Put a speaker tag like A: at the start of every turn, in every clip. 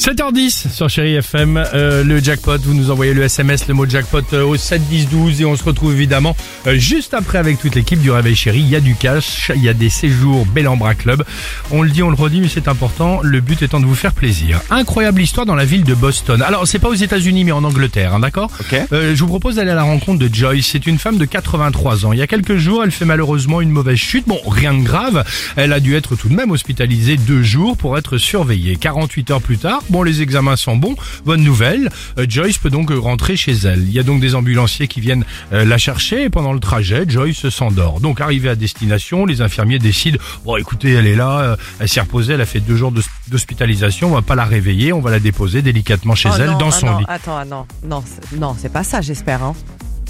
A: 7h10 sur Chéri FM, euh, le jackpot, vous nous envoyez le SMS, le mot jackpot euh, au 7 10 12 et on se retrouve évidemment euh, juste après avec toute l'équipe du Réveil Chéri. Il y a du cash, il y a des séjours Bellambra Club. On le dit, on le redit, mais c'est important, le but étant de vous faire plaisir. Incroyable histoire dans la ville de Boston. Alors, c'est pas aux États-Unis mais en Angleterre, hein, d'accord Euh, Je vous propose d'aller à la rencontre de Joyce. C'est une femme de 83 ans. Il y a quelques jours, elle fait malheureusement une mauvaise chute. Bon, rien de grave. Elle a dû être tout de même hospitalisée deux jours pour être surveillée. 48 heures plus tard, bon, les examens sont bons. Bonne nouvelle. euh, Joyce peut donc rentrer chez elle. Il y a donc des ambulanciers qui viennent euh, la chercher et pendant le trajet, Joyce s'endort. Donc, arrivée à destination, les infirmiers décident, bon, écoutez, elle est là, euh, elle s'est reposée, elle a fait deux jours d'hos- d'hospitalisation, on va pas la réveiller, on va la déposer délicatement chez
B: Oh
A: elle
B: non,
A: dans
B: ah
A: son
B: non,
A: lit.
B: Attends, ah non, non, c'est- non, c'est pas ça, j'espère. Hein.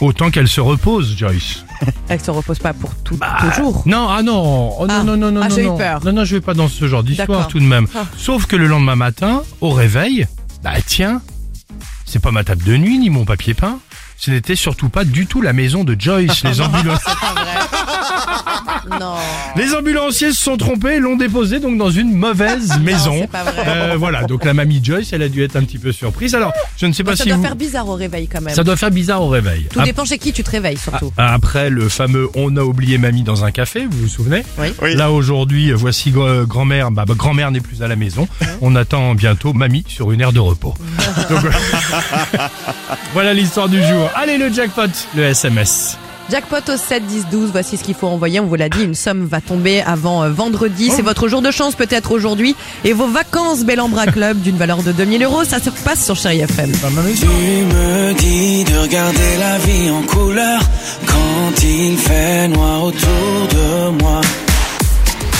A: Autant qu'elle se repose, Joyce.
B: Elle se repose pas pour tout, toujours.
A: Non, ah non, oh non,
B: Ah.
A: non, non, non,
B: Ah,
A: non,
B: j'ai eu
A: non.
B: peur.
A: non, non, je vais pas dans ce genre d'histoire
B: D'accord.
A: tout de même.
B: Ah.
A: Sauf que le lendemain matin, au réveil, bah tiens, c'est pas ma table de nuit ni mon papier peint. Ce n'était surtout pas du tout la maison de Joyce. Les, ambulan-
B: Non,
A: les ambulanciers se sont trompés et l'ont déposée donc dans une mauvaise maison.
B: Ah, c'est pas vrai.
A: Euh, voilà, donc la mamie Joyce, elle a dû être un petit peu surprise. Alors, je ne sais pas
B: Bah, ça
A: si
B: doit
A: vous-
B: faire bizarre au réveil quand même.
A: ça Ah. doit faire bizarre au réveil.
B: Tout
A: Ap-
B: dépend chez qui tu te réveilles surtout.
A: Ah, Après le fameux On a oublié mamie dans un café, vous vous souvenez
B: Oui.
A: Là aujourd'hui, voici euh, grand-mère. Bah, bah, grand-mère n'est plus à la maison. On attend bientôt mamie sur une aire de repos. Donc, voilà l'histoire du jour. Allez le jackpot, le SMS.
B: Jackpot au 7, 10, 12, voici ce qu'il faut envoyer. On vous l'a dit, une somme va tomber avant euh, vendredi.
A: Oh.
B: C'est votre jour de chance peut-être aujourd'hui. Et vos vacances Bellambra Club d'une valeur de 2000 euros, ça se passe sur Chéri FM.
C: Tu me dis de regarder la vie en couleur quand il fait noir autour de moi.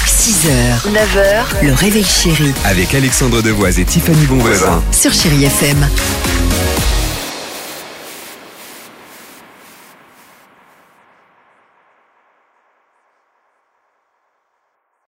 D: 6h, 9h, le réveil chéri
E: Avec Alexandre Devoise et Tiffany Bonvoisin.
D: sur Chérie FM.